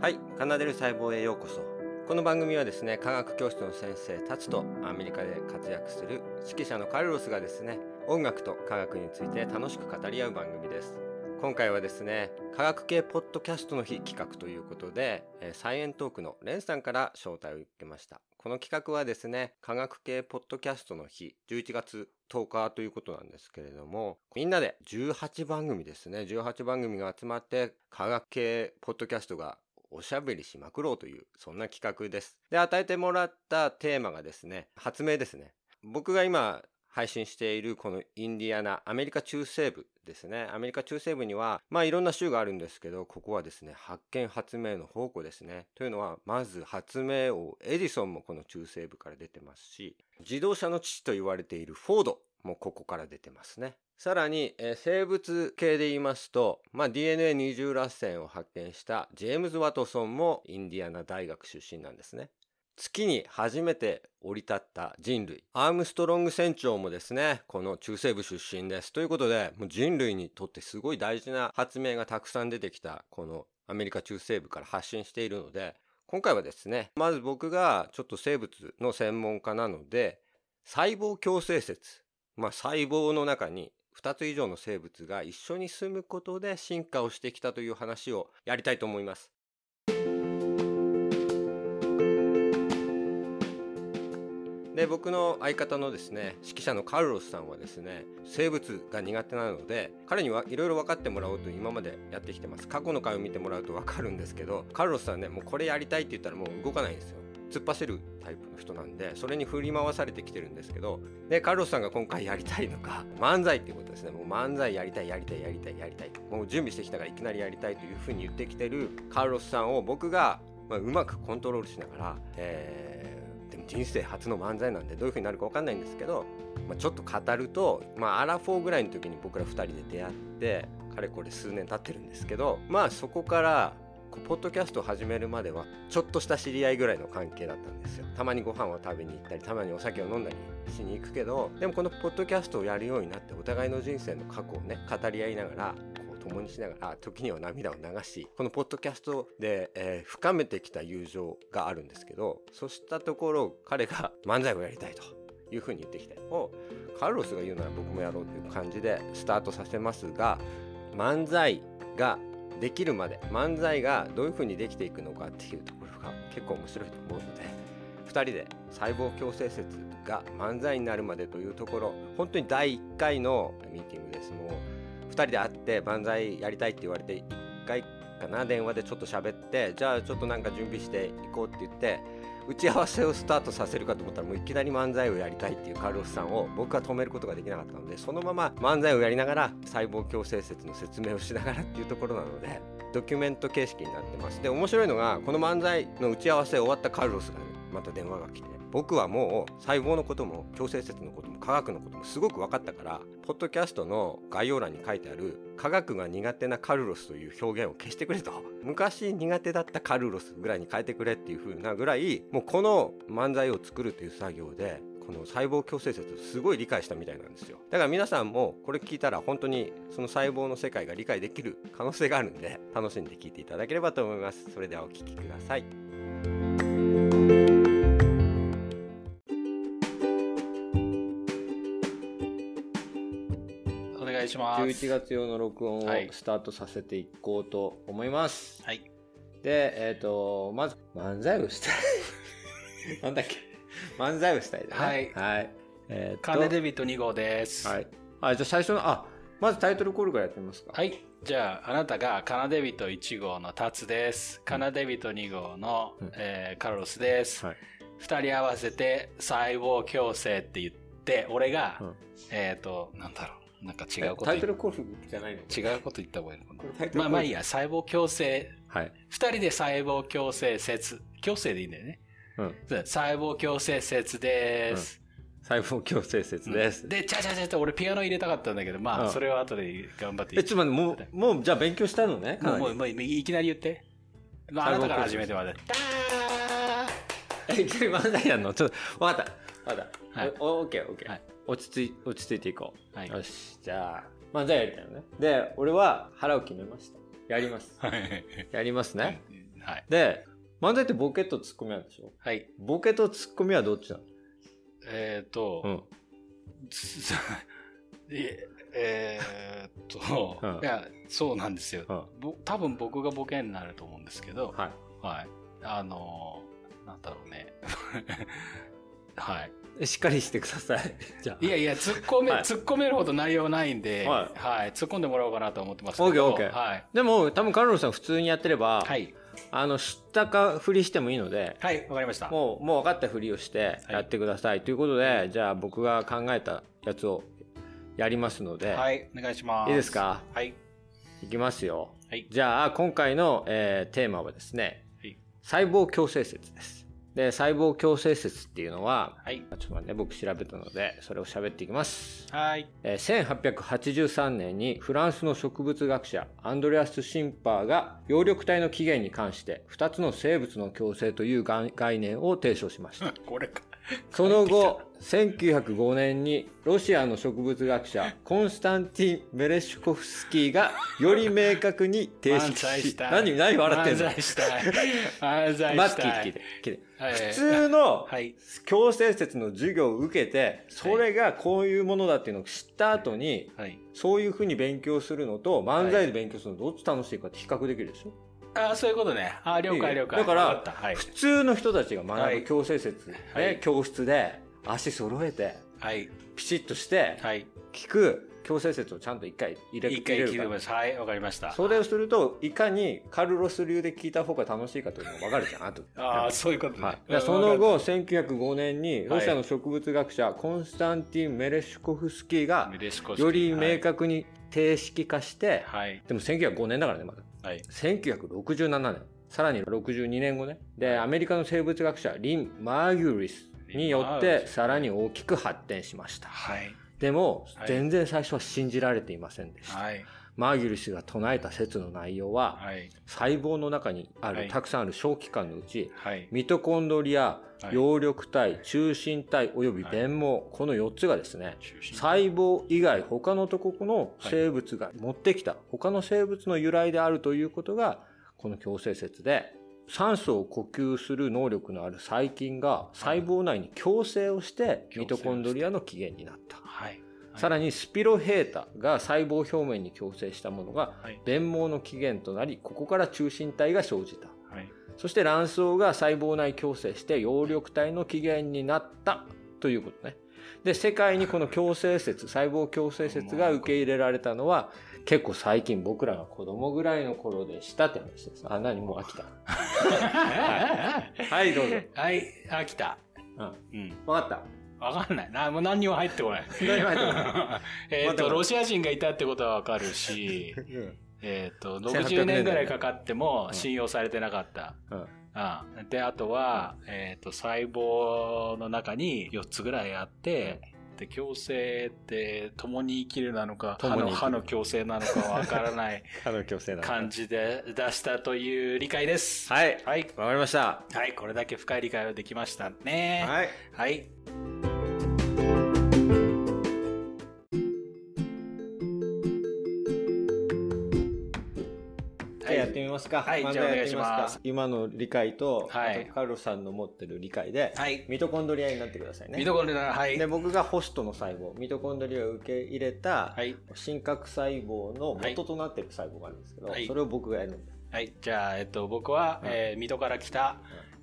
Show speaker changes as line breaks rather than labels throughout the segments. はい奏でる細胞へようこそこの番組はですね科学教室の先生たちとアメリカで活躍する指揮者のカルロスがですね音楽と科学について楽しく語り合う番組です今回はですね科学系ポッドキャストの日企画ということで、えーサイエントークのレンさんから招待を受けましたこの企画はですね科学系ポッドキャストの日11月10日ということなんですけれどもみんなで18番組ですね18番組が集まって科学系ポッドキャストがおしゃべりしまくろうというそんな企画ですで与えてもらったテーマがですね発明ですね僕が今配信しているこのインディアナアメリカ中西部ですねアメリカ中西部にはまあいろんな州があるんですけどここはですね発見発明の宝庫ですねというのはまず発明王エジソンもこの中西部から出てますし自動車の父と言われているフォードもここから出てますねさらに、えー生物系で言いますと、まあ、DNA 二重らせんを発見したジェームズ・ワトソンもインディアナ大学出身なんですね月に初めて降り立った人類アームストロング船長もですねこの中西部出身ですということでもう人類にとってすごい大事な発明がたくさん出てきたこのアメリカ中西部から発信しているので今回はですねまず僕がちょっと生物の専門家なので細胞共生説まあ細胞の中に2つ以上の生物が一緒に住むことで進化をしてきたという話をやりたいと思いますで僕の相方のですね指揮者のカルロスさんはですね生物が苦手なので彼にはいろいろ分かってもらおうと今までやってきてます過去の回を見てもらうと分かるんですけどカルロスさんねもうこれやりたいって言ったらもう動かないんですよ突っ走るタイプの人なんでそれに振り回されてきてるんですけどでカルロスさんが今回やりたいのが漫才っていうことですねもう漫才やりたいやりたいやりたいやりたいもう準備してきたからいきなりやりたいというふうに言ってきてるカルロスさんを僕が、まあ、うまくコントロールしながら、えーでも人生初の漫才なんでどういうふうになるか分かんないんですけど、まあ、ちょっと語ると、まあ、アラフォーぐらいの時に僕ら2人で出会ってかれこれ数年経ってるんですけどまあそこからこうポッドキャストを始めるまではちょっとした知り合いぐらいの関係だったんですよたまにご飯を食べに行ったりたまにお酒を飲んだりしに行くけどでもこのポッドキャストをやるようになってお互いの人生の過去をね語り合いながらこう共にしながら時には涙を流しこのポッドキャストで、えー深めてきた友情があるんですけどそうしたところ彼が漫才をやりたいというふうに言ってきておカルロスが言うなら僕もやろうという感じでスタートさせますが漫才ができるまで漫才がどういう風にできていくのかっていうところが結構面白いと思うので2人で細胞共生説が漫才になるまでというところ本当に第1回のミーティングですもう2人で会って漫才やりたいって言われて1回かな電話でちょっと喋ってじゃあちょっとなんか準備していこうって言って打ち合わせをスタートさせるかと思ったらもういきなり漫才をやりたいっていうカルロスさんを僕は止めることができなかったのでそのまま漫才をやりながら細胞共生説の説明をしながらっていうところなのでドキュメント形式になってますで面白いのがこの漫才の打ち合わせ終わったカルロスがねまた電話が来て僕はもう細胞のことも共生説のことも科学のこともすごく分かったからポッドキャストの概要欄に書いてある「科学が苦手なカルロス」という表現を消してくれと 昔苦手だったカルロスぐらいに変えてくれっていう風なぐらいもうこの漫才を作るという作業でこの細胞共生説をすごい理解したみたいなんですよだから皆さんもこれ聞いたら本当にその細胞の世界が理解できる可能性があるんで楽しんで聞いていただければと思いますそれではお聞きください
お願いします。
11月用の録音を
はい
スタートさせていこうと思います。
はい。
で、えっ、と、まず、漫才をしたい。なんだっけ 漫才をしたいだね。はい。はい。えーと
カーネデビット2号です。
はい。あ、じゃあ最初の、あ、まずタイトルコールからやってみますか。
はい。じゃあ、あなたがカナデビット1号のタツです。カナデビット2号の、
うん
えーカルロスです。
はい
二人合わせて細胞共生って言って、俺が、
うん
えっ、と、なんだろう。なんか違う
え
こと
タイ
言っ
トルコールじゃないの
違うこと言った方がいいのかな
これタイトルコール
まあまあいいや、細胞共生。
はい。
二人で細胞共生説。共生でいいんだよね。
うん。
そう細胞共生説です。
細胞共生説です。
で、ちゃちゃちゃちゃ、俺ピアノ入れたかったんだけど、まあ、
うん
それは後で頑張って。
え、ちょっと待って、もう、もう、じゃあ勉強したのね。かな
もう、
り
もう、もう、いきなり言って。まあ、あなたから始めてまで。
え、いき なり漫才やんのちょっと、わかった。わかった。
はい
お、オッケーオッケー
はい
落ち着い、落ち着いていこう。
はい。
よしじゃあ漫才やりたいのねで俺は腹を決めましたやります
はい
やりますね
はい。
で、漫才ってボケとツッコミあるでしょ
はい。
ボケとツッコミはどっちなの
えっ、ー、と、
ん。
つええーっと、
うん
いや、そうなんですよ。
うん
ぼ多分僕がボケになると思うんですけど、
はい。
はい。あのーなんだろうね。はい。
えしっかりしてくださ い。じゃあ。
いやいや、突っ込め、
はい
突っ込めるほど内容ないんで、は。
はい
突っ込んでもらおうかなと思ってますけど。
オーケーオーケー
はい。
でも、多分カルロスさん普通にやってれば、
はい。
あの、知ったかふりしてもいいので、
はい、わかりました。
もう、もう分かったふりをして
はい
やってください。ということで、じゃあ僕が考えたやつをやりますので、い、
はい、お願いします。
いですか
はい。
きますよ。
はい
じゃあ、今回の、えーテーマはですね、
はい
細胞共生説です。で、細胞共生説っていうのは、
はい。
ちょっと待ってね、僕調べたので、それを喋っていきます。
はい。
えー1883年にフランスの植物学者アンドレアス・シンパーが葉緑体の起源に関して2つの生物の共生というが概念を提唱しました。
これか。
その後、1905年にロシアの植物学者コンスタンティン・メレシュコフスキーがより明確に提
漫
出
才
し
し、たい。
何、何笑ってんの
漫才 したい。漫才
マッ
し
キー
た
聞い
い。
て、聞いて。
はい
普通の
はい。
共生説の授業を受けて、それがこういうものだっていうのを知った後に、
はい。
そういうふうに勉強するのと、漫才で勉強するのどっち楽しいかって比較できるでしょ、
ああ、そういうことね。ああ、了
い
解
いよ
了解。
だから
わったはい。
普通の人たちが
は
学
い
ぶ強制説、ね
はい
教室で足揃えて、
はい。
ピシッとして、
はい。
聞く強制説をちゃんと一回入れ
一回切
入れ
り
るか
ます。はい、わかりました
ら。それをすると、いかにカルロス流で聞いた方が楽しいかというのがわかるじゃん、後で
ああ、そういうことね。
はい、
うん
でその、後、1905年にロシア
は
の植物学者、コンスタンティン・メレシュコフスキーが
嬉しこ
より明確に定式化して、
はい。
でも1905年だからね、まだ。
はい。
1967年さらに62年後ねでアメリカの生物学者リン・マーギュリスによっ
リンマーギュ
て
リス
さらに大きく発展しました
はい。
でも
はい
全然最初は信じられていませんでした、
はい。
マーギュリスが唱えた説の内容は
はい。
細胞の中にあ
はい
るたくさんある小器官のうち
はい。
ミトコンドリア
はい
葉緑体中心体および
はい
弁毛この4つがですね
中心
細胞以外他のとこの生物が持ってきた他の生物の由来であるということがこの共生説で酸素を呼吸する能力のある細菌が細胞内に共生をしてミトコンドリアの起源になった
はい。はい
さらにスピロヘータが細胞表面に共生したものが
はい。
弁毛の起源となりここから中心体が生じた
はい。
そして卵巣が細胞内共生して葉緑体の起源になったということね。で、世界にこの共生説、細胞共生説が受け入れられたのは、結構最近僕らが子供ぐらいの頃でしたって話です。あ、何もう飽 きた。はい、どうぞ。
はい。あ、来た。
うん。
うん。
わかった。
わかんない。な、もう何にも入ってこない。
何も入ってこな
えっ
待って待
と、
って
ロシア人がいたってことはわかるし、 えっと、60年ぐらいかかっても信用されてなかった。
うん。
ああであとは、えー、と細胞の中に4つぐらいあって、で共生って共に生きるなのか歯
共に生き
の
る
歯の共生なのかわからない
歯の共生だ。
感じで出したという理解です。い、
はい。
はい
わかりました。
はい、これだけ深い理解ができましたね。
はい。
はい、
じゃあやってみますか。
はい
漫
じゃあお
才
願
や
い
っ
して
み
ます
か今の理解と、
はい
あとカルロさんの持ってる理解で、
はい
ミトコンドリアになってくださいね。
ミトコンドリアはい
で、僕がホストの細胞、ミトコンドリアを受け入れた
はい、
真核細胞の元となっている細胞があるんですけど、
はい
それを僕がやるんだ。
はい、じゃあ、えっと、僕は、
うん
えー水戸から来た、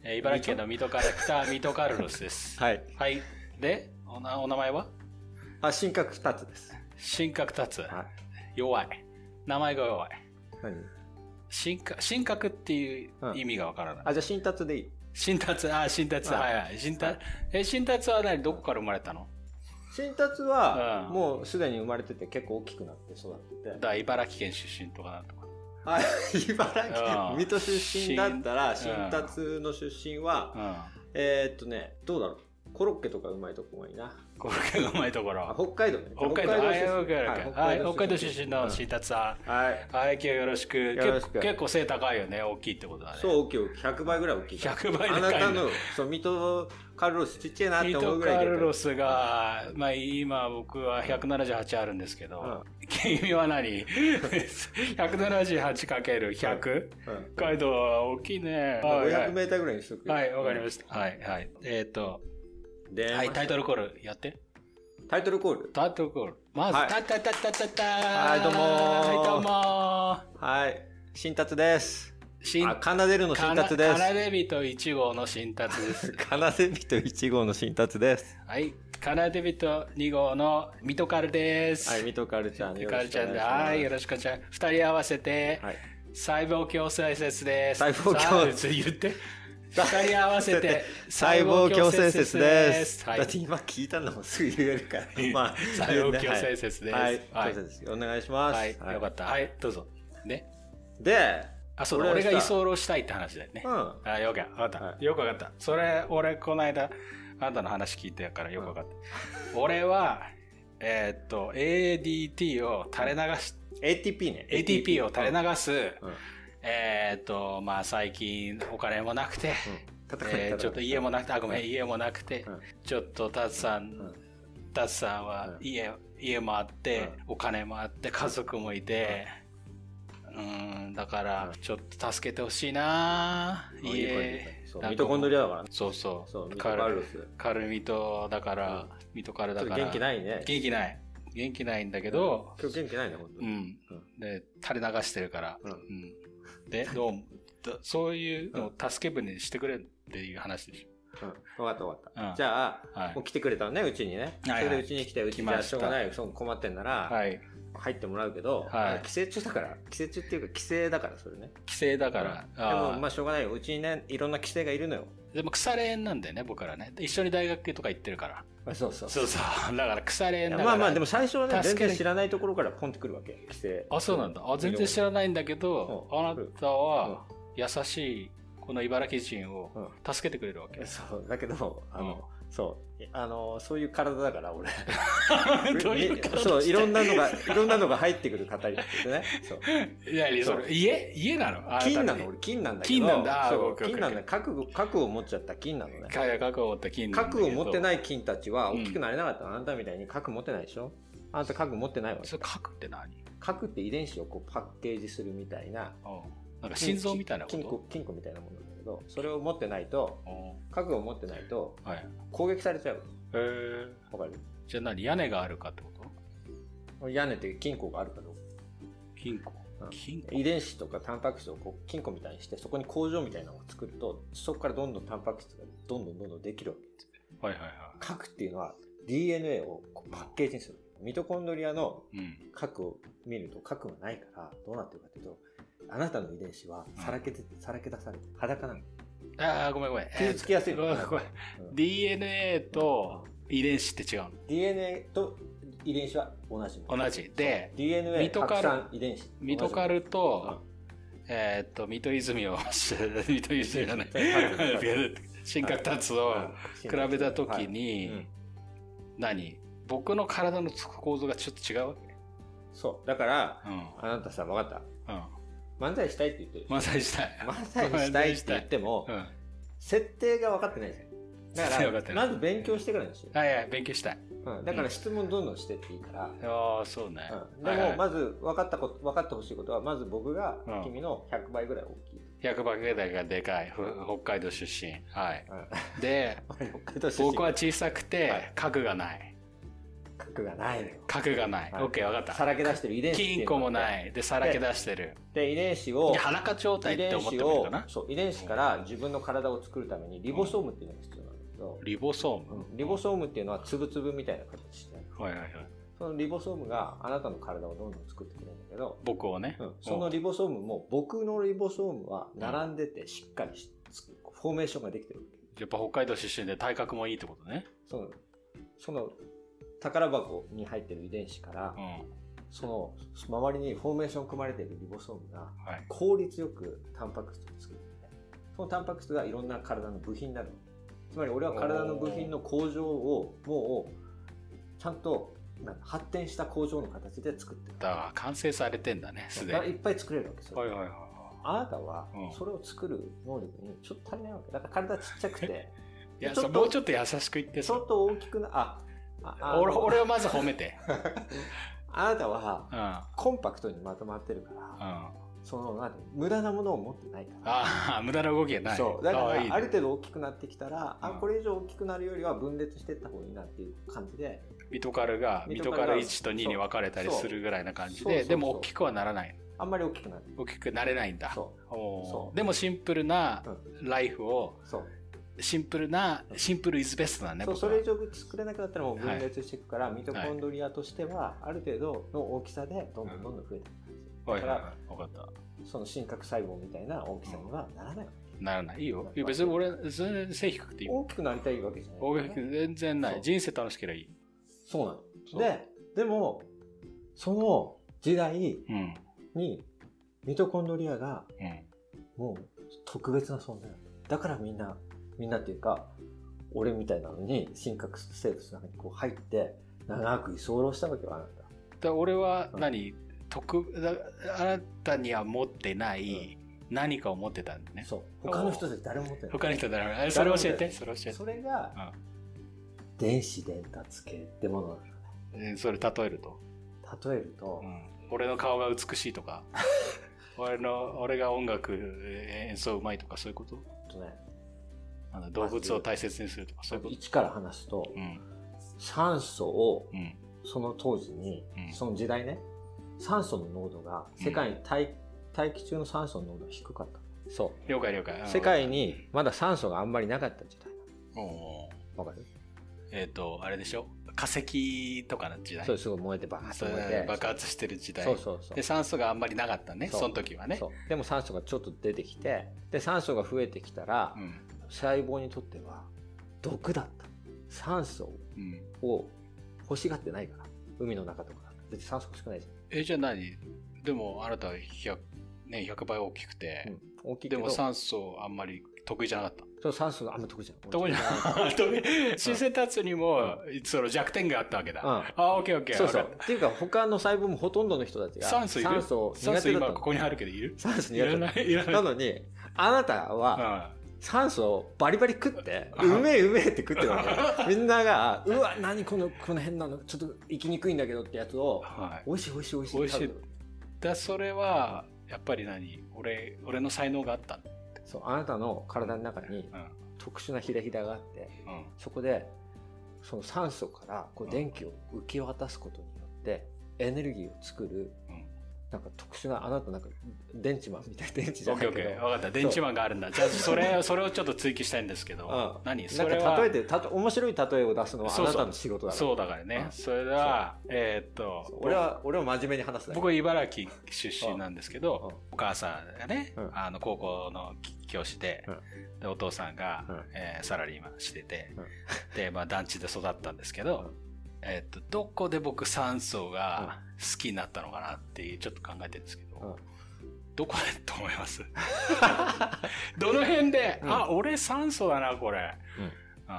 えー茨城県の水戸から来た水戸カルロスです。
はい。
はい、でおなお名前は
あ、真核2つです。
神格達
はい。
弱い名前が弱い
何
神格神格っていう意味がわからない、
あ、じゃあ新達でいい。
新達あ新達
うん
はいはい新達え新達は何どこから生まれたの
新達は、
うん
もうすでに生まれてて結構大きくなって育ってて。
だ茨城県出身とかなんとか
あ、 茨
う
城、
ん
水戸出身だったら、
新
新達の出身は、
うん
えーっとね、どうだろう。コロッケとかうまいとこがいいな。
これがうまいとこ
あ
ろ。
北海道ね。
北海道、はい、
はい
北海道出身のシータツさん。
はい。
はい、今日よろしく。
よろしく
結構結構背高いよね、大きいってことだね。
そう、大きい大きい。100倍ぐらい大きいから。
100倍でか
あ
いね
なたの、そう、ミトカルロスちっちゃいなっ
ミ
て思う
ト・
ぐら
カ
いで
ル
か
ロ
い。
スが、まあ今僕は178あるんですけど、君は 何
うん。う
?178×100?
ん
北海道は大きいね。はいは
500
い
メーターぐらいにしとくよ。
はい、わかりました。はい、はい。えっと、
す。で、
はい、タイトルコールやって。
タイトルコール。
タイトルコール。まず、
はい
タタタタタタ
はいどうもー
はい、どうも
はい。新達です。
ー新
あ、奏でるの新達で
カナ
す。
デビと1号の新達 です。
奏で人1号の新達です。
はい、カナデビと2号のミトカルです。
はい、ミトカルちゃん。
ミトカルちゃんで、
よろしくお願
はい、
い
よ
しま
ろしくお願いします。2人合わせて
す、はい。
細胞共生説です。
細胞共
生言って。2人合わせて、
細胞共生説です。
はい
だって今聞いたのもすぐ言えるから。まあ、
細胞共生説です
はい。
は
はいい、共生説お願いします。
はい、よかった。はい、どうぞ。ね。
で、
あ、そうだ、
俺
俺
が
が
さ
居候したいって話だよね
う。ん。
あ、よくわかった。
はい
よくわかった。それ、俺、この間、あんたの話聞いたからよくわかった。俺は、えーっと、ADT を垂れ流し、
ATP ね。
ATP を垂れ
な
流す、
うん
えーっと、まあ、最近、お金もなく て、
戦い
えーちょっと家もなくて、あ、ごめん、家もなくて、
うん
ちょっと、タツさ
うんん、
タツさんは
うん
家、家もあって、お金もあって、家族もいて、うーん、だから、ちょっと助けてほしいなぁ
いい声出
家
たそうミトコンドリアだからね
そうそう。
そう、ミト
カ
カル
ル
ロス。ちょ
カルミトだから、ミトカルだ
っ
か
と
ら。
元気
い。
ないね。
元気ない。元気ないんだけど、
今日元気ないね、本当
う
に。
ん
う。
で、垂れ流してるから。
うん
うんで、どうも。だそういうのを助け舟にしてくれっていう話でし
うん。わかったわかっ
うん
た。じゃ
ょ。は
あ、もう来てくれたのね、うちにね。そ
はいはい
れでうちに来て、うちじゃ
来ま
あ
した。
しょうがない、そう困ってんないら、
はい。
入ってもらうけど、
はい
寄生虫だから、寄生虫っていうか、寄生だから、それね。
規制だから。
うんで
あ
も、
ー
まあ、しょうがないよ。うちにね、いろんな寄生がいるのよ。
でも腐れ縁なんだよね、僕らね。一緒に大学とか行ってるから。
あそうそう
そうそう。だから腐れ縁だから。
まあまあ、でも最初はね、
助
全
けて
然知らないところからポンってくるわけ、寄生。
あ、そうなんだ。あ、全然知らないんだけど、
うん
あなたは優しい、この茨城人を
うん。
助けてくれるわけ。
そう、だけど、あの、そう、あの、そういう体だから、俺。
どういうこと
そう、いろんなのが、いろんなのが入ってくる方にってね。そう。
いやいや、それ、家家な のあ
金な
た
の俺、金なんだけど。
金なんだあー
そ
オッ
う、
ケーオッケー
金なんだ。核、核を持っちゃった金なのね。
か核を持った金なんだけ
核
ど
を持って
い。
ない金たちは
うん
大きくなれなかったの。あんたみたいに核持ってないでしょあなた核持ってないわ
そ
け。
れ、核って何
核って遺伝子をこうパッケージするみたいな。
うんなんか心臓みたいなこ
金
と
庫、金庫みたいなものなんだけど、それを持ってないと、
うん
核を持ってないと
はい。
攻撃されちゃう。
えー、
わかる
じゃあ何屋根があるかってこと
屋根って金庫があるかどうか。
金庫
う。ん
金庫
遺伝子とかタンパク質をこう金庫みたいにしてそこに工場みたいなのを作るとそこからどんどんタンパク質がどんどんどんどんできるわけ
はいはいは
核っていうのは DNA をこうパッケージにするミトコンドリアの
い。うん。
核を見ると核がないからどうなってるかというとあなたの遺伝子はさらけて、さらけ出されて裸なの
ああ、ごめんごめん。
傷つきやすい
ごめんごめん。
うん
DNA と遺伝子って違う
DNA と遺伝子は同じ
の同じ。で、
DNA
ミト
核
カル
酸遺伝子
ミトカルと、えーっと、ミトイズミを、 ミトイズミじゃない。神格達を比べたとき、
同じ
に、
はいうん
何僕の体の構造がちょっと違うわけ
そうだから
うん。
あなたさ分かった
うん。
漫才したいって言ってるでしょ
まさにしたい。
漫才にしたいって言っても
うん。
設定が分かってないじゃん
設定分か
だ
っ
か
て
ら
ない
まず勉強してからにしよ
はいはい、勉強したい。
う、うん、だから質問どんどんしてっていいから、
ああ、そうね。
うん、で
はいは
も
い
まず分かったこと分かってほしいことはまず僕が
うん
君の100倍ぐらい大きい、
100倍ぐらいがでかい。ふ北海道出身。はい。
うん、
で、
北海道 出身
僕は小さく
は
て
い、
核がない。
核がないのよ
核がない。
はい
オッケー、わかっ
さ
た。
らけ出してる遺伝子っていう
金
の
庫
が
もない。で、さらけ出してる。
で遺伝子を
で裸状態
遺
って
伝
思って
子
もいい
を
かな。
そう遺伝子から自分の体を作るためにリボソームっていうのが必要なんだけど、
リボソーム。
うんリボソームっていうのはつぶつぶみたいな形して
はいはいはい。
そのリボソームがあなたの体をどんどん作ってくれるんだけど、
僕をね。
そのリボソームも僕のリボソームは並んでてしっかりしフォーメーションができてるわけ
やっぱ北海道出身で体格もいいってことね。
そのその宝箱に入ってる遺伝子から、
うん。
その周りにフォーメーション組まれてるリボソームが
はい。
効率よくタンパク質を作ってそのタンパク質がいろんな体の部品になるつまり俺は体の部品の工場をもうちゃんとなんか発展した工場の形で作ってる
だから完成されてんだね、すで
だからい
に。
っぱい作れるわけですよ、
はいはいはいはい。
あなたは
うん
それを作る能力にちょっと足りないわけだから体ちっちゃくて
いや、
ちょ
そ
っと
うもうちょっと優しく言って
相
そ
当大きくなあああ
俺俺をまず褒めて。
あなたは
うん。うん。
コンパクトにまとまってるから
あ
そのなんて無駄なものを持ってないから
あ、 無駄な動きがない。
そうだから
あ
あ
あいいね
る程度大きくなってきたら、
うん
あこれ以上大きくなるよりは分裂していった方がいいなっていう感じで
ミトカルが、ミ
ミト
トカ
カルが
ル1と2に分かれたりするぐらいな感じ
そうそう
で、
そう
でも大きくはならない。
あんまり大きくなる
大きくなれないんだ。
そ
おー
そう
でもシンプルなライフを、
うそう
シンプルな、シンプルイズベストだね、
そう
僕
そ
は
れ以上作れなくなったらもう分裂していくから、ミトコンドリアとしてはある程度の大きさでどんどんどんどん増えていく感じ、
は
だか
いはい
ら、
はい分かった。
その深核細胞みたいな大きさにはならない、
ならない。いいよ。いや別に俺、全然背低くていい。
大きくなりたいわけじゃない、
大きく全然な
そ
い。
う
人生楽しければいい。
そうな
そ
の
う
ででもその時代
うん。
にミトコンドリアが
うん。
もう特別な存在だからみんなみんなっていうか俺みたいなのに深核生物の中にこう入って長く居候したわけよあなた
だ俺は
うん
何、特だあなたには持ってない何かを持ってたんだね。
そう他の人たち誰も持ってない
他の人だろう。あそれ教えて、それ教えて
それが電子伝達系ってものなのよ
うん。それ例えると、
例えると、
うん俺の顔が美しいと か、俺の、俺が音楽演奏うまいとか、そういうこと
とね
なんだ動物を大切にするとか、そういうこと
一から話すと、
うん。
酸素を
うん。
その当時に、
うん
その時代ね酸素の濃度が世界に大,、大気中の酸素の濃度が低かったそ
了解了解。
う世界にまだ酸素があんまりなかった時代
うん。おー
わかる
えっ、と、あれでしょ化石とかの時代。
そうすごい燃えてバーッ
そ
と
れ
燃えて
爆発してる時代。
そうそうそう
で、酸素があんまりなかったね、
そ
そうの時はね。
そうでも酸素がちょっと出てきてで酸素が増えてきたら、
うん。
細胞にとっては毒だった酸素
うん。
を欲しがってないから海の中とか別に酸素欲しくないじ
えじゃあ何でもあなたは 100,、ね、100倍大きくて
ゃん、、うん、大きいけ
で
ど
も酸素あんまり得意じゃなかった
その酸素があんま得意じゃん
得意じゃなかった 新生活にも、その弱点があったわけだ、
うん
ああオッケーオッケー
そうそ
わ
う
かっ。
っていうか、他の細胞もほとんどの人たち
た
が
酸素いる
酸素
酸
苦
素
手だった
今
の
ここにあるけどいる
酸素
い
苦手
ら
だっ
ないいら
た。
ない
なのに、あなたは酸素をバリバリ食って、
う
う
ん
めえうめえって食ってる わけ。みんなが、うわ、何この、この変なの、ちょっと生きにくいんだけどってやつを
うん、はい
美味しい美味しい美味しい。
美味しい
食べてる
だそれはやっぱり何俺俺の才能があったんだ
そう、あなたの体の中に
うん
特殊なヒラヒラがあって、
うん
そこで、その酸素からこ
う
うん電気を受け渡すことによって、エネルギーを作る
うん、
なんか特殊な、あなたなんか、電池マンみたいな、電池じ
オ
ゃ
ッ
ない
ケーオッ
け
ケ
ど
ー、分かった電池マンがあるんだじゃあそれそれをちょっと追求したいんですけど、
うん
何
な
そ
ん
れ
か
は
例えてたと面白い例えを出すのは
そ
あ
う
な
そう
たの仕事だから
そうだからね、
うん
それではえーっと
そう俺は俺は真面目に話すだけ
僕は茨城出身なんですけど、
うん
お母さんがね、
うん
あの高校の教師で,、でお父さんが、
うん
えーサラリーマンしてて、
うん
で、まあ、団地で育ったんですけ
う
ど、
ん
えーっとどこで僕酸素が好きになったのかなっていうちょっと考えてるんですけど、どこでと思います どの辺で、
うん
あ俺酸素だなこれ、
うん
う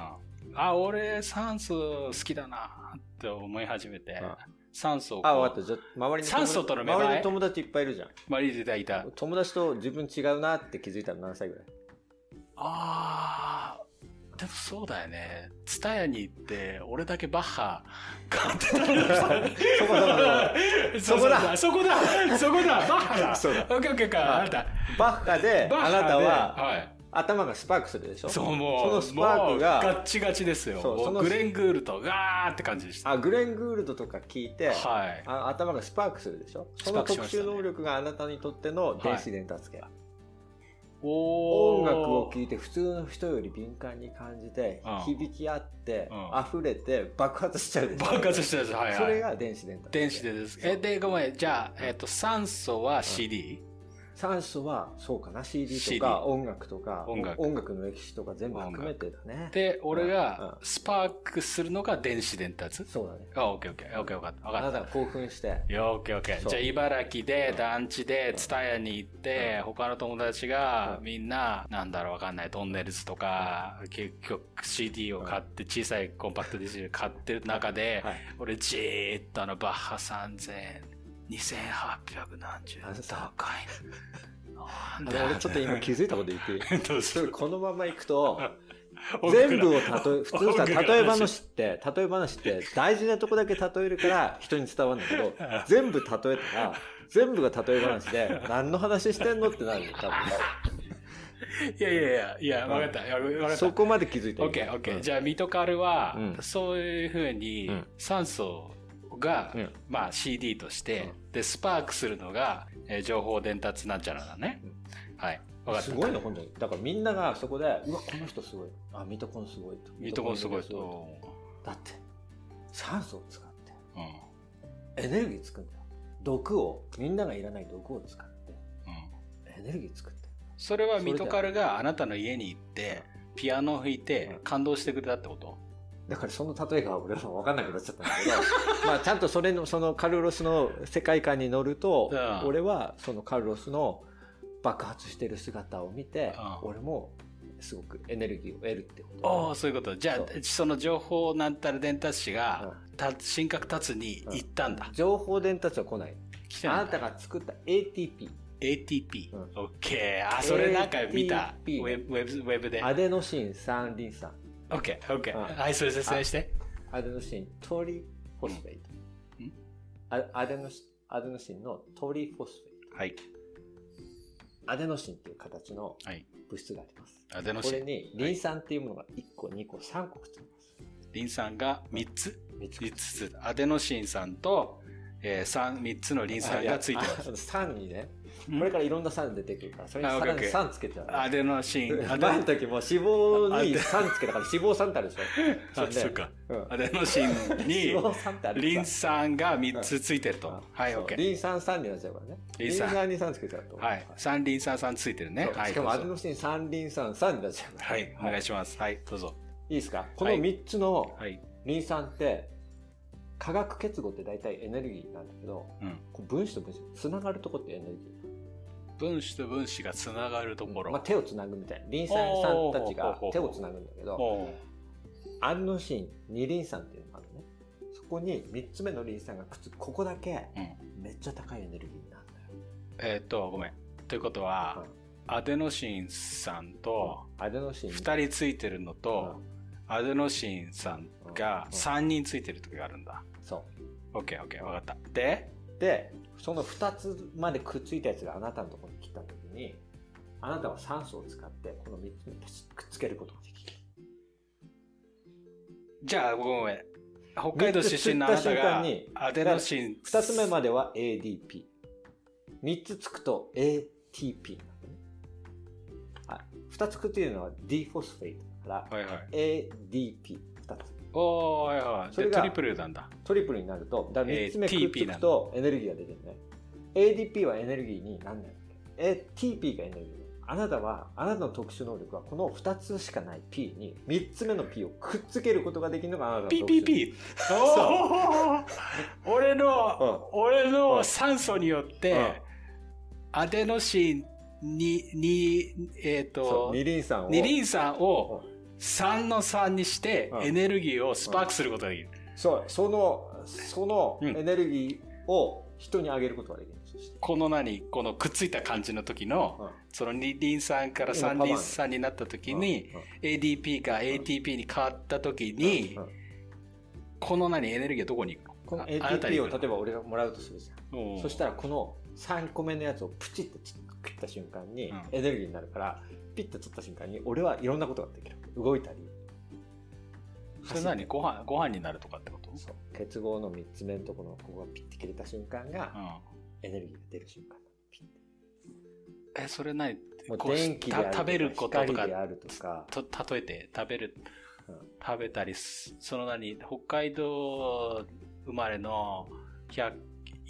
んあ俺酸素好きだなって思い始めて、
うん
酸素をこう
あ分かったじゃあ周りの友達
酸素との芽生え
周りの友達いっぱいいるじゃん
マリーズでいたあ
友達と自分違うなって気づいたら何歳ぐらい
あーでもそうだよねツタヤに行って俺だけバッハ買ってたんだ
そこそこ
そこだ そこだそこだバッハだ
そうだ
オッケーオッケーかあなた
バッハで
バッハ
あ
で
なたはい頭がスパークするでしょ
そうもう
そのスパーク
もう
が
ガッチガチですよ
そう
もう
その
グレン・グールとガーって感じでした
あグレン・グールドとか聞いて、
はい
あ頭がスパークするでしょ
ス
そ
パー
の
クし
特
ましたね
殊能力があなたにとっての電子伝達系、
お
音楽を聴
い
いて普通の人より敏感に感じて
うん
響き合って
うん
溢れて爆発しちゃうでしょ
爆発してたんですはいはい
それが電子伝達
電子でですえでごめんじゃあ、えっと酸素は CD、
酸素は、そうかな、CD と
CD
か音楽とか、
音楽
の歴史とか全部含めてだね。
で、俺
うん
がスパークするのが電子伝達
そうだね。
あ、オッケーオッケー。オッケー、わかった。
あ
わか
な
った
たが興奮して、
いや、オッケーオッケ
そ
ー。
う
じゃあ、茨城で
う、ん
団地で、ツタヤに行って、他の友達が
う、ん
みんな、なんだろう、わかんない、トンネルズとか、結局 CD を買って、小さいコンパクト CD を買ってる中で、
はい、
俺、じーっとあの、バッハ3000、2870高いな。な
あ
んだ
の俺ちょっと今気づいたこと言 っていい
どうす
それ
る
このままいくと、
奥から
全部を例え、普通さ、
奥から
例え話って、例え話って大事なとこだけ例えるから人に伝わるんだけど、全部例えたら、全部が例え話で、何の話してんのってなるよ、多
いやいやいや、いや、わかった。いやわか
分。
った
そ。こまで気づいた
オ
よ。
ッケーオッケー。
うん
じゃあミトカルは、
うん
そういうふうに
うん
酸素が、
うん
まあ、CD として、でスパークするのが、えー情報伝達なんちゃらだね、はい分かった
すごいの、本当に。だからみんながそこで、うわ、この人すごい。あ、ミトコンすごいと。
ミトコンすごい
ミトコンす
と、
ごいとだって、酸素を使って、
うん
エネルギー作るんだよ。毒を、みんながいらない毒を使って、
う
エ
ん、
ネルギー作って。
それはミトカルがあなたの家に行ってピアノを弾いうて
ん
感動してくれたってこと、
だからその例えが俺らも分かんなくなっちゃったんだけど、 まあちゃんとそれの、そのカルロスの世界観に乗ると
う、ん
俺はそのカルロスの爆発してる姿を見て、
うん
俺もすごくエネルギーを得るってことだね。
おおそういうことじゃあ
そ
その情報なんたら伝達師が、
う
た神格達に行ったんだ、
ん情報伝達は来ない。あ
来てない
なん
だ
たが作った ATP、
ATP、
う
オ
ん
ッケーあそれなんか見た
ATP
ウェブウェブウェブで
アデノシン三リン酸、
オッケーオッケ
うん
ーはいそれ説明して
アデノシントリフォスフェイ
うんん
ト。あアデノシアデノシンのトリフォスフェイ
はい
ト。アデノシンっていう形の
はい
物質があります。
アデノ
こ
シ
れ
ン
にリン酸っていうものが1個、2個、3個くっつきます。
リン酸が3つ
3つ
5つアデノシン酸と、えー、3, 3つのリン酸がついてます
す。酸にね、
うん
これからいろんな酸出てくるから、それにさら
あオッ
に
ケー
酸つけちゃう。
アデノシンアデ
前の時も脂肪に
あ
酸つけたから脂肪酸ってあるでしょ。
あそうか
うん
アデノシンに
脂肪酸ってあるから
リン酸が3つついてる
うん
とはい
そう
オッケー
リン酸酸になっちゃうからね。
リ
リ
ン
ン
酸
酸に酸つけちゃうと。
はい3リン酸酸ついてるね
そう
はい
しかもアデ
どう
ノ
ぞ
シン酸リン酸酸になっちゃうから。
はいお願いしますはいどうぞ
いいですかこの3つの
はい
リン酸って、化学結合って大体エネルギーなんだけど、
うん
こう分子と分子つながるとこってエネルギー。
分子と分子がつながるところ、
まあ、手をつなぐみたいなリン酸さんたちが手をつなぐんだけど
おう
アルノシン二リン酸っていうのがあるのねそこに3つ目のリン酸がくっつくここだけ
うん
めっちゃ高いエネルギーになるんだよ、
えーっとごめんということは、アデノシン酸と
アデノシン
2人ついてるのと、
うん
アデノシン酸が
うん
3人ついてる時があるんだ。
そ
OKOK 分かった。で、
うでその2つまでくっついたやつがあなたのところに来た時にあなたは酸素を使ってこの3つにパシッくっつけることができる
じゃあごめん。北海道出身のあな
三つつ
たが
った瞬間に
アデノシン
2つ目までは ADP3 つつくと ATP なんだねあ2つくっていうのは D フォスフェイトだから、
はいはい。
ADP2 つ
おーはいはい。
そ
で
れが
トリプルなんだ。
トリプルになるとだから3つ目
ATP
くっつくとエネルギーが出てるね ADP はエネルギーになんない ATP がエネルギーあなたはあなたの特殊能力はこの2つしかない P に3つ目の P をくっつけることができるのがあなたの特殊能力
PPP! おー俺の、俺
う
の
ん
酸素によって、
うん
アデノシンに、に、えっ、
そ
と
う、二輪酸を
二輪酸を
う
3の3にして
うん
エネルギーをスパークすることができる。
そうそのその
うん
エネルギーを人にあげることができるそして
この何このくっついた感じの時
う
の
ん
その二輪酸から三輪酸になった時に
うん
ADP が ATP に変わった時に
うんうん
この何エネルギーはどこに行くの
この
ああなた
ATP
に行
を
く
例
の
えば俺がもらうとするじゃん
おー
そしたらこの3個目のやつをプチッと切った瞬間に
うん
エネルギーになるから、ピッと取った瞬間に俺はいろんなことができる動いたり
それ何ご飯ご飯になるとかってこと
そう結合の3つ目のところのここがピッて切れた瞬間
う
が
ん
エネルギーが出る瞬間ピッて
えそれ何
も
こ
う
う
電気であ
た
る
食べる
と
こ
か
とと
光
か
であるとか
と例えて食べる、
うん
食べたりすその何北海道生まれの100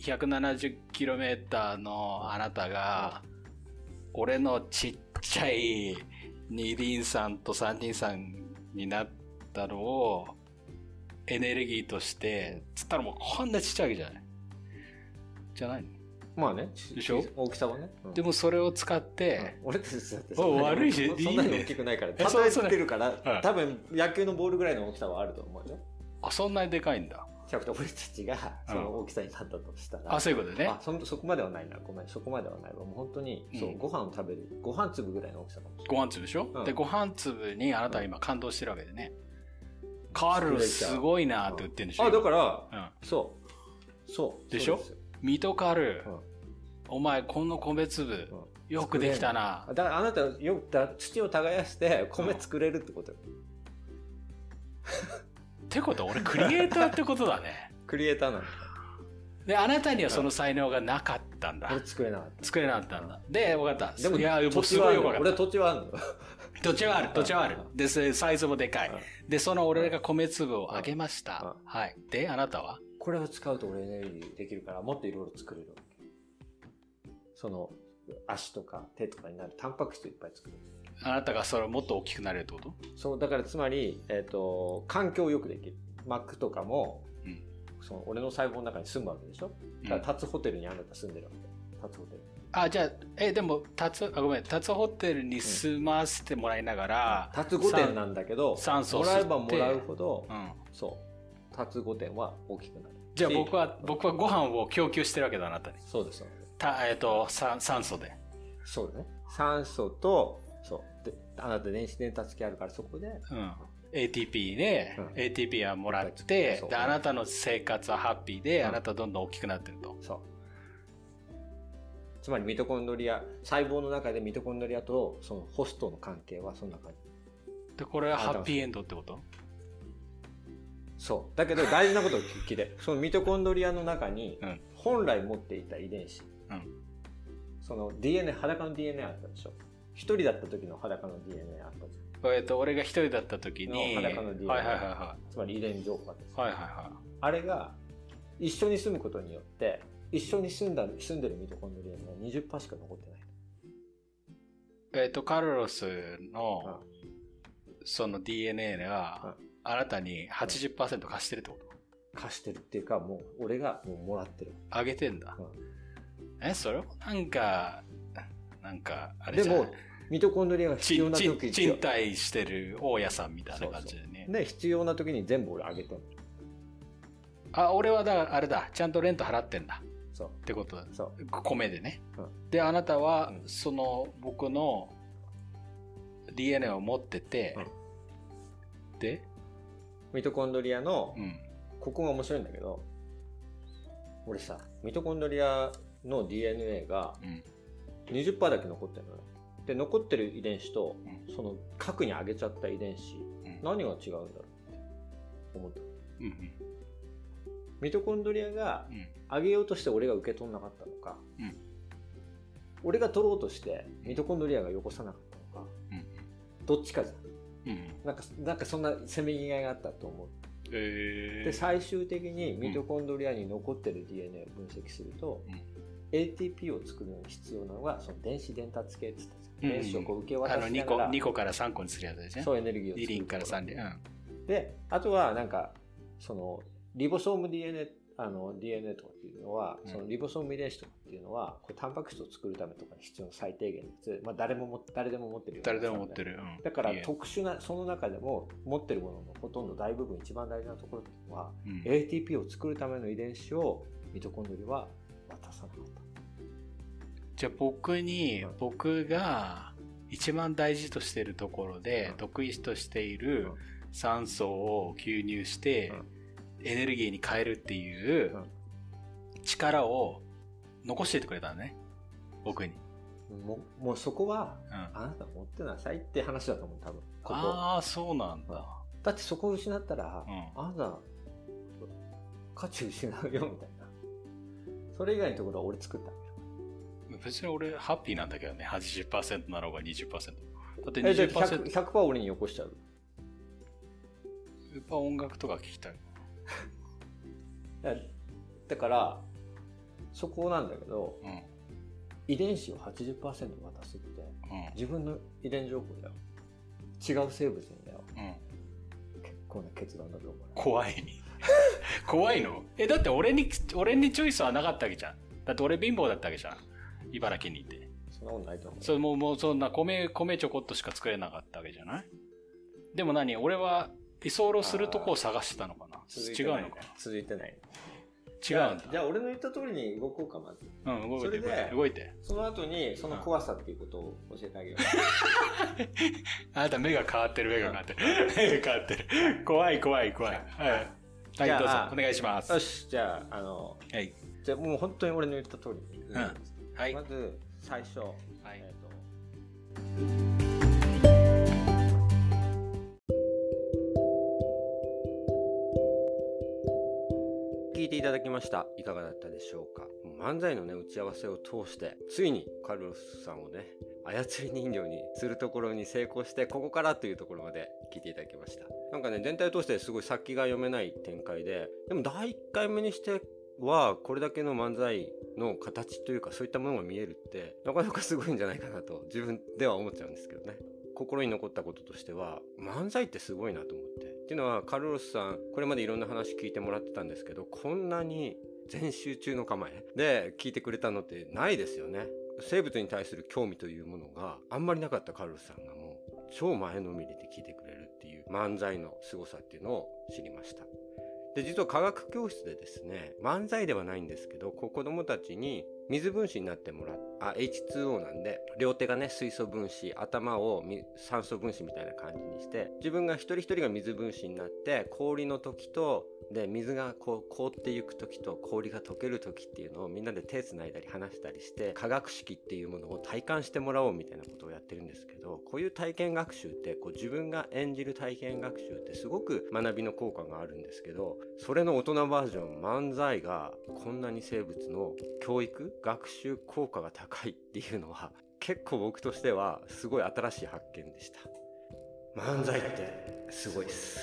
170キロメーターのあなたが俺のちっちゃい二輪さんと三輪さんになったのをエネルギーとしてつったらもうこんなちっちゃいわけじゃないじゃないの
まあね。
でしょ
大きさはね。うん
でもそれを使って、
俺たちだって
お悪いし
そんない
い
に
ね
大きくないから。
え
た
そう
だ
そう
ってるから
う、ん
多分野球のボールぐらいの大きさはあると思うよ。
あそんなにでかいんだ
じゃなくて俺たちがその大きさになったとしたら。
あそういうことね
あそんそこまではないな。ごめん、そこまではないわ。もう本当に、そうう、
ん
ご飯を食べる。ご飯粒ぐらいの大きさかもしれ
ご飯粒でしょ、
うん
でご飯粒にあなたは今感動してるわけでね、カールすごいなーって言ってるんでしょ、
ない。あ、だから、
ら、うん、
そう。そう。
でしょ
そうすよ
ミトカール、
うん
お前この米粒、よくできたな
だからあなたはよくだ土を耕して米作れるってことよ、
ってことは俺クリエイターってことだね
クリエイターなの
であなたにはその才能がなかったんだ
俺作れなかっ
作れなかったんだで分かった
たでも
いやもう
土
す
地は
ご
ある
いよ
の
く分
俺
かっ
土地はあるの
た土地はある土地はある
う
でそれサイズもでかいでその俺が米粒をあげまし
う
たはいであなたは
これを使うと俺エネルギーできるからもっといろいろ作れるわけその足とか手とかになるタンパク質いっぱい作る
あなたがそれをもっと大きくなれるってこと
そうだからつまり、えっと環境をよくできる膜とかも、
うん
その俺の細胞の中に住むわけでしょ
うん
だから立つホテルにあなた住んでるわけ立つホテル
あじゃあえでもタツあごめんタツホテルに住ませてもらいながら
立つ御殿なんだけど
酸素を
も
吸っ
らえ
て
ばもらうほど、
うん
そう立つ御殿は大きくなる
じゃあ
し
僕は僕はご飯を供給してるわけだあなたに
そうですそうです
たえっと酸酸素で
そうだね。酸素と、そう。で、あなた電子伝達器あるからそこで、
うん ATP で、
うん
ATP はもらっ
そう
て
そう
であなたの生活はハッピーで、
うん
あなたどんどん大きくなってると
そう。つまりミトコンドリア、細胞の中でミトコンドリアとそのホストの関係はそんな感じ。
でこれはハッピーエンドってこと
そう。だけど大事なことを聞いて、そのミトコンドリアの中に
うん、
本来持っていた遺伝子、
うん
その DNA、裸の DNA あったでしょ。一人だった時の裸の DNA あったじゃ
えっと俺が一人だった時に
の
はいはい
裸
は
の
い
DNA
はいはい
ん。つまり遺伝情報あったでしょ
はいはいは
あれが一緒に住むことによって一緒に住んだ住んでるミトコンドリアには20%しか残ってない。
いえっとカルロスの、その DNA が、あなたに80%貸してるってこと
貸してるっていうかもう俺がもうもらってる。
あげてんだ、
う
えそれもなんかなんかあれ
で
じゃない
もミトコンドリアが必
ち
要
ん
な
ちん
時
賃貸してる大家さんみたいな感じでね
ね必要な時に全部俺あげてる。
あ俺はだからあれだちゃんとレント払ってんだ
そう
ってことだ
そう
米でね、
う
であなたは
うん
その僕の DNA を持ってて、で、
ミトコンドリアの
うん、
ここが面白いんだけど、俺さミトコンドリアの DNA が
うん
20%だけ残ってるのね。で残ってる遺伝子とその核にあげちゃった遺伝子
うん
何が違うんだろうって思った。
うんうん
ミトコンドリアが
うん
上げようとして俺が受け取んなかったのか、
うん
俺が取ろうとしてミトコンドリアがよこさなかったのか、
うん
どっちかじゃん
うん
なんかなんかそんなせめぎ合いがあったと思う、
え
で最終的にミトコンドリアに残ってる DNA を分析すると、
うん
ATP を作るのに必要なのがその電子伝達系って言ったじゃん
うん
電子をこう受け
あ
渡
の
しなが
2個
ら、
二個から3個にするやつですね
そうエネルギーを
2
作
輪
る
から3輪、
であとはなんかそのリボソーム DNA あの DNA とかっていうのは、
うん
そのリボソーム遺伝子とかっていうのはこれタンパク質を作るためとかに必要な最低限のやつ、まあ、誰もも誰でも持ってる
う
よ
ん、誰でも持ってる、うん、
だから
いいえ
特殊なその中でも持ってるもののほとんど大部分一番大事なところっていうのは
うん
ATP を作るための遺伝子をミトコンドリアは渡さなかった
じゃあ僕に、
うん
僕が一番大事としてるところで、
うん
得意としている酸素を吸入して、エネルギーに変えるっていう力を残していてくれたのね僕に、
もうもうそこは
うん、あ
あなた持ってなさいって話だと思う多分ここ
あーそうなんだ、
だってそこを失ったら、
うん
あなた、価値失うよ、みたいな。それ以外のところは俺作ったわ
別に俺ハッピーなんだけどね80%なろうが20%だって
けよ。え、じゃあ 100%,
20%,
100%俺によこしちゃう。
やっぱ音楽とか聴きたい
だだから、そこなんだけど、
うん
1
遺伝子を80%渡すって
う
自分の遺伝情報だよ違う生物にだよ
ん。うん。
結構な決断だと思うよ
怖い。 怖いのえ、だって俺に、俺にチョイスはなかったわけじゃん。だって俺貧乏だったわけじゃん。茨城にいて。
そんなことないと思う
それもう、もうそんな米、米ちょこっとしか作れなかったわけじゃないでも何俺は居候するとこを探してたのかな
続い
違
てないう
のか
続いてない
な違うん
じゃ
だ。
あ俺の言った通りに動こうかまず
うん、動い
そ
て
れ
動い
で
て、動いて。
その後にその怖さっていうことを教えてあげよ
あなた目が変わってる、目が変わってる。目が変わってる。怖い、怖い、怖い。はい。はい、
じ
ど
ゃ
うぞ
あ。
お願いします。
うよ
は
しじゃああの
い。
じゃあもう本当に俺の言った通りに、
んはい
ま。ず最初、
はい
えーと
聞いていただきましたいかがだったでしょうか漫才のね打ち合わせを通してついにカルロスさんをね操り人形にするところに成功してここからというところまで聞いていただきましたなんかね全体を通してすごい先が読めない展開ででも第1回目にしてはこれだけの漫才の形というかそういったものが見えるってなかなかすごいんじゃないかなと自分では思っちゃうんですけどね心に残ったこととしては漫才ってすごいなと思ってっていうのはカルロスさんこれまでいろんな話聞いてもらってたんですけどこんなに全集中の構えで聞いてくれたのってないですよね生物に対する興味というものがあんまりなかったカルロスさんがもう超前のめりで聞いてくれるっていう漫才の凄さっていうのを知りましたで実は科学教室でですね漫才ではないんですけどこう子どもたちに水分子になってもらっあ H2O なんで両手がね水素分子頭をみ酸素分子みたいな感じにして自分が一人一人が水分子になって氷の時とで水がこう凍っていく時と氷が溶ける時っていうのをみんなで手つないだり話したりして化学式っていうものを体感してもらおうみたいなことをやってるんですけどこういう体験学習ってこう自分が演じる体験学習ってすごく学びの効果があるんですけどそれの大人バージョン漫才がこんなに生物の教育学習効果が高いっていうのは結構僕としてはすごい新しい発見でした漫才ってすごいです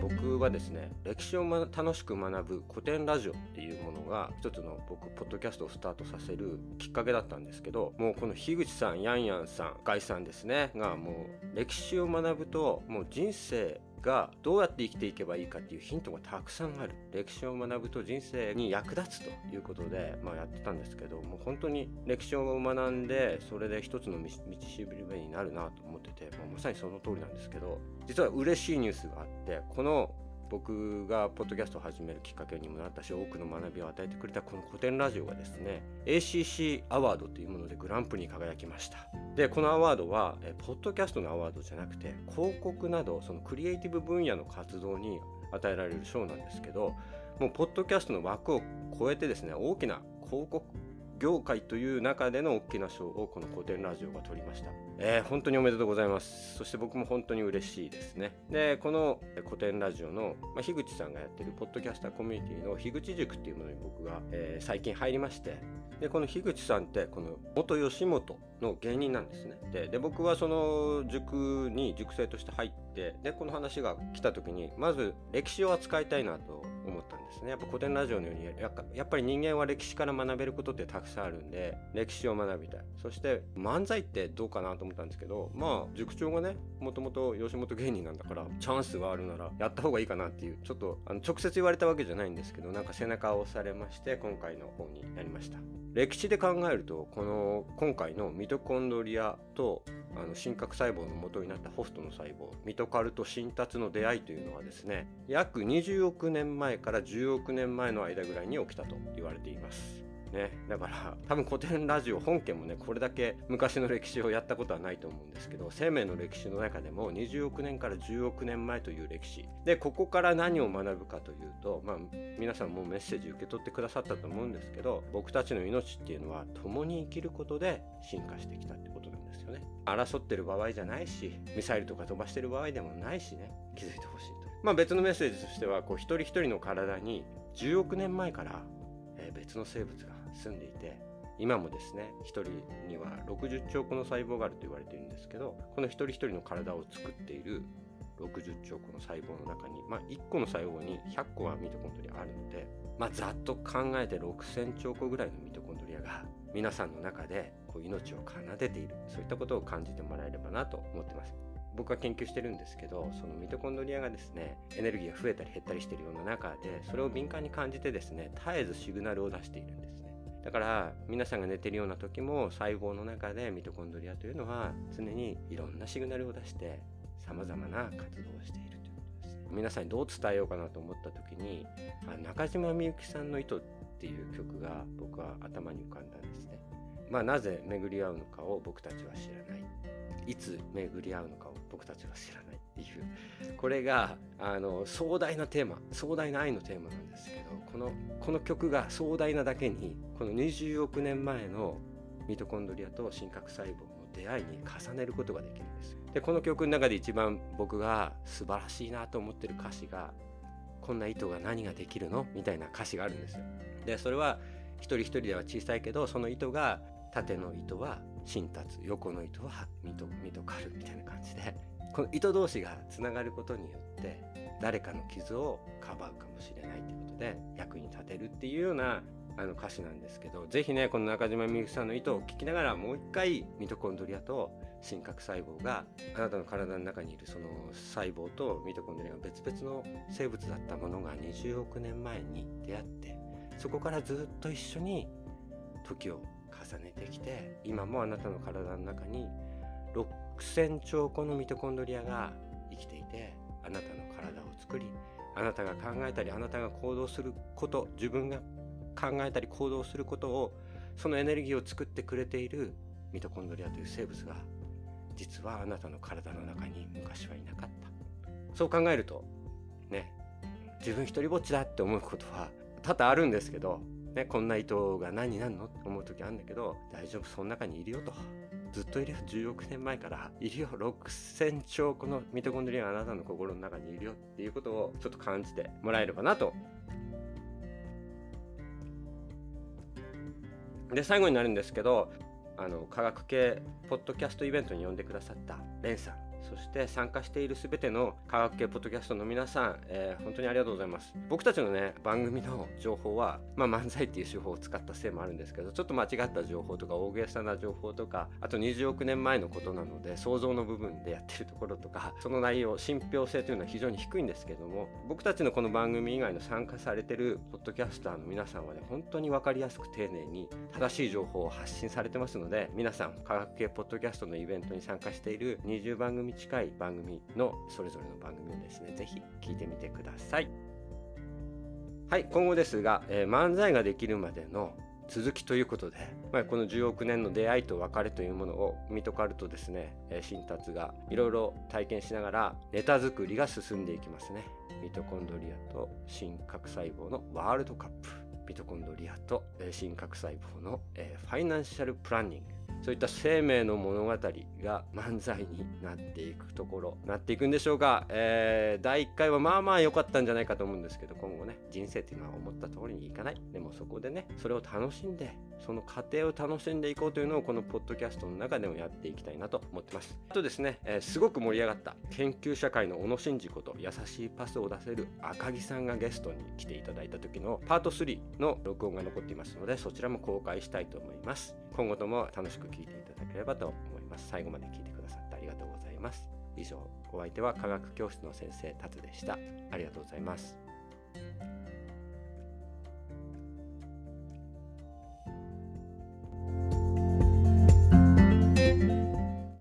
僕はですね歴史を、ま、楽しく学ぶ古典ラジオっていうものが一つの僕ポッドキャストをスタートさせるきっかけだったんですけどもうこの樋口さんヤンヤンさんガイさんですねがもう歴史を学ぶともう人生がどうやって生きていけばいいかっていうヒントがたくさんある歴史を学ぶと人生に役立つということで、まあ、やってたんですけどもう本当に歴史を学んでそれで一つの道道しるべになるなと思ってて、まあまさにその通りなんですけど実は嬉しいニュースがあってこの僕がポッドキャストを始めるきっかけにもなったし多くの学びを与えてくれたこの古典ラジオがですね ACC アワードというものでグランプリに輝きましたでこのアワードはえポッドキャストのアワードじゃなくて広告などそのクリエイティブ分野の活動に与えられる賞なんですけどもうポッドキャストの枠を超えてですね大きな広告業界という中での大きな賞をこの古典ラジオが取りました、えー本当におめでとうございますそして僕も本当に嬉しいですねでこのえー古典ラジオの、まあ、樋口さんがやってるポッドキャスターコミュニティの樋口塾っていうものに僕が、えー最近入りましてでこの樋口さんってこの元吉本の芸人なんですねでで僕はその塾に塾生として入ってでこの話が来た時にまず歴史を扱いたいなと思ったんですねやっぱ古典ラジオのようにやっぱやっぱり人間は歴史から学べることってたくさんあるんで歴史を学びたいそして漫才ってどうかなと思ったんですけどまあ塾長がねもともと吉本芸人なんだからチャンスがあるならやった方がいいかなっていうちょっとあの直接言われたわけじゃないんですけどなんか背中を押されまして今回の方になりました歴史で考えるとこの今回のミトコンドリアとあの真核細胞の元になったホストの細胞ミトカルと新達の出会いというのはですね約20億年前から10億年前の間ぐらいに起きたと言われています。ね、だから多分古典ラジオ本家もねこれだけ昔の歴史をやったことはないと思うんですけど生命の歴史の中でも20億年から10億年前という歴史でここから何を学ぶかというと、まあ、皆さんもメッセージ受け取ってくださったと思うんですけど僕たちの命っていうのは共に生きることで進化してきたってことなんですよね争ってる場合じゃないしミサイルとか飛ばしてる場合でもないしね気づいてほしいと、まあ、別のメッセージとしてはこう一人一人の体に10億年前からえー別の生物が住んでいて今もですね1人には60兆個の細胞があると言われているんですけどこの一人一人の体を作っている60兆個の細胞の中に、まあ、1個の細胞に100個はミトコンドリアあるので、まあ、ざっと考えて6000兆個ぐらいのミトコンドリアが皆さんの中でこう命を奏でているそういったことを感じてもらえればなと思ってます。僕は研究してるんですけどそのミトコンドリアがですねエネルギーが増えたり減ったりしてるような中でそれを敏感に感じてですね絶えずシグナルを出しているんですねだから皆さんが寝てるような時も細胞の中でミトコンドリアというのは常にいろんなシグナルを出してさまざまな活動をしているということですね皆さんにどう伝えようかなと思った時にあ中島みゆきさんの「糸」っていう曲が僕は頭に浮かんだんですねまあなぜ巡り合うのかを僕たちは知らないいつ巡り合うのかを僕たちは知らないっていうこれがあの壮大なテーマ壮大な愛のテーマなんですけどこのこの曲が壮大なだけにこの20億年前のミトコンドリアと真核細胞の出会いに重ねることができるんですでこの曲の中で一番僕が素晴らしいなと思ってる歌詞が「こんな糸が何ができるの?」みたいな歌詞があるんですよでそれは一人一人では小さいけどその糸が縦の糸は新達横の糸はミトミトカルみたいな感じでこの糸同士がつながることによって誰かの傷をかばうかもしれないということで役に立てるっていうようなあの歌詞なんですけどぜひねこの中島みゆきさんの糸を聞きながらもう一回ミトコンドリアと真核細胞があなたの体の中にいるその細胞とミトコンドリアが別々の生物だったものが20億年前に出会ってそこからずっと一緒に時を重ねてきて今もあなたの体の中に6,000兆個のミトコンドリアが生きていてあなたの体を作りあなたが考えたりあなたが行動すること自分が考えたり行動することをそのエネルギーを作ってくれているミトコンドリアという生物が実はあなたの体の中に昔はいなかったそう考えるとね自分一人ぼっちだって思うことは多々あるんですけどね、こんな糸が何になるのって思う時あるんだけど大丈夫その中にいるよとずっといるよ10億年前からいるよ6,000兆このミトコンドリアがあなたの心の中にいるよっていうことをちょっと感じてもらえればなと。で最後になるんですけどあの科学系ポッドキャストイベントに呼んでくださったレンさんそして参加しているすべての科学系ポッドキャストの皆さん、えー本当にありがとうございます僕たちのね番組の情報は、まあ、漫才っていう手法を使ったせいもあるんですけどちょっと間違った情報とか大げさな情報とかあと20億年前のことなので想像の部分でやってるところとかその内容信憑性というのは非常に低いんですけども僕たちのこの番組以外の参加されてるポッドキャスターの皆さんはね本当に分かりやすく丁寧に正しい情報を発信されてますので皆さん科学系ポッドキャストのイベントに参加している20番組近い番組のそれぞれの番組をですねぜひ聞いてみてくださいはい今後ですが、えー漫才ができるまでの続きということで、まあ、この10億年の出会いと別れというものをミトカルとですね、えー新達がいろいろ体験しながらネタ作りが進んでいきますねミトコンドリアと真核細胞のワールドカップミトコンドリアとえー真核細胞のえーファイナンシャルプランニングそういった生命の物語が漫才になっていくところなっていくんでしょうか、えー第1回はまあまあ良かったんじゃないかと思うんですけど今後ね人生っていうのは思った通りにいかないでもそこでねそれを楽しんでその過程を楽しんでいこうというのをこのポッドキャストの中でもやっていきたいなと思ってますあとですね、えーすごく盛り上がった研究社会の小野伸二こと優しいパスを出せる赤木さんがゲストに来ていただいた時のパート3の録音が残っていますのでそちらも公開したいと思います今後とも楽しく聞いていただければと思います最後まで聞いてくださってありがとうございます以上お相手は科学教室の先生達でしたありがとうございます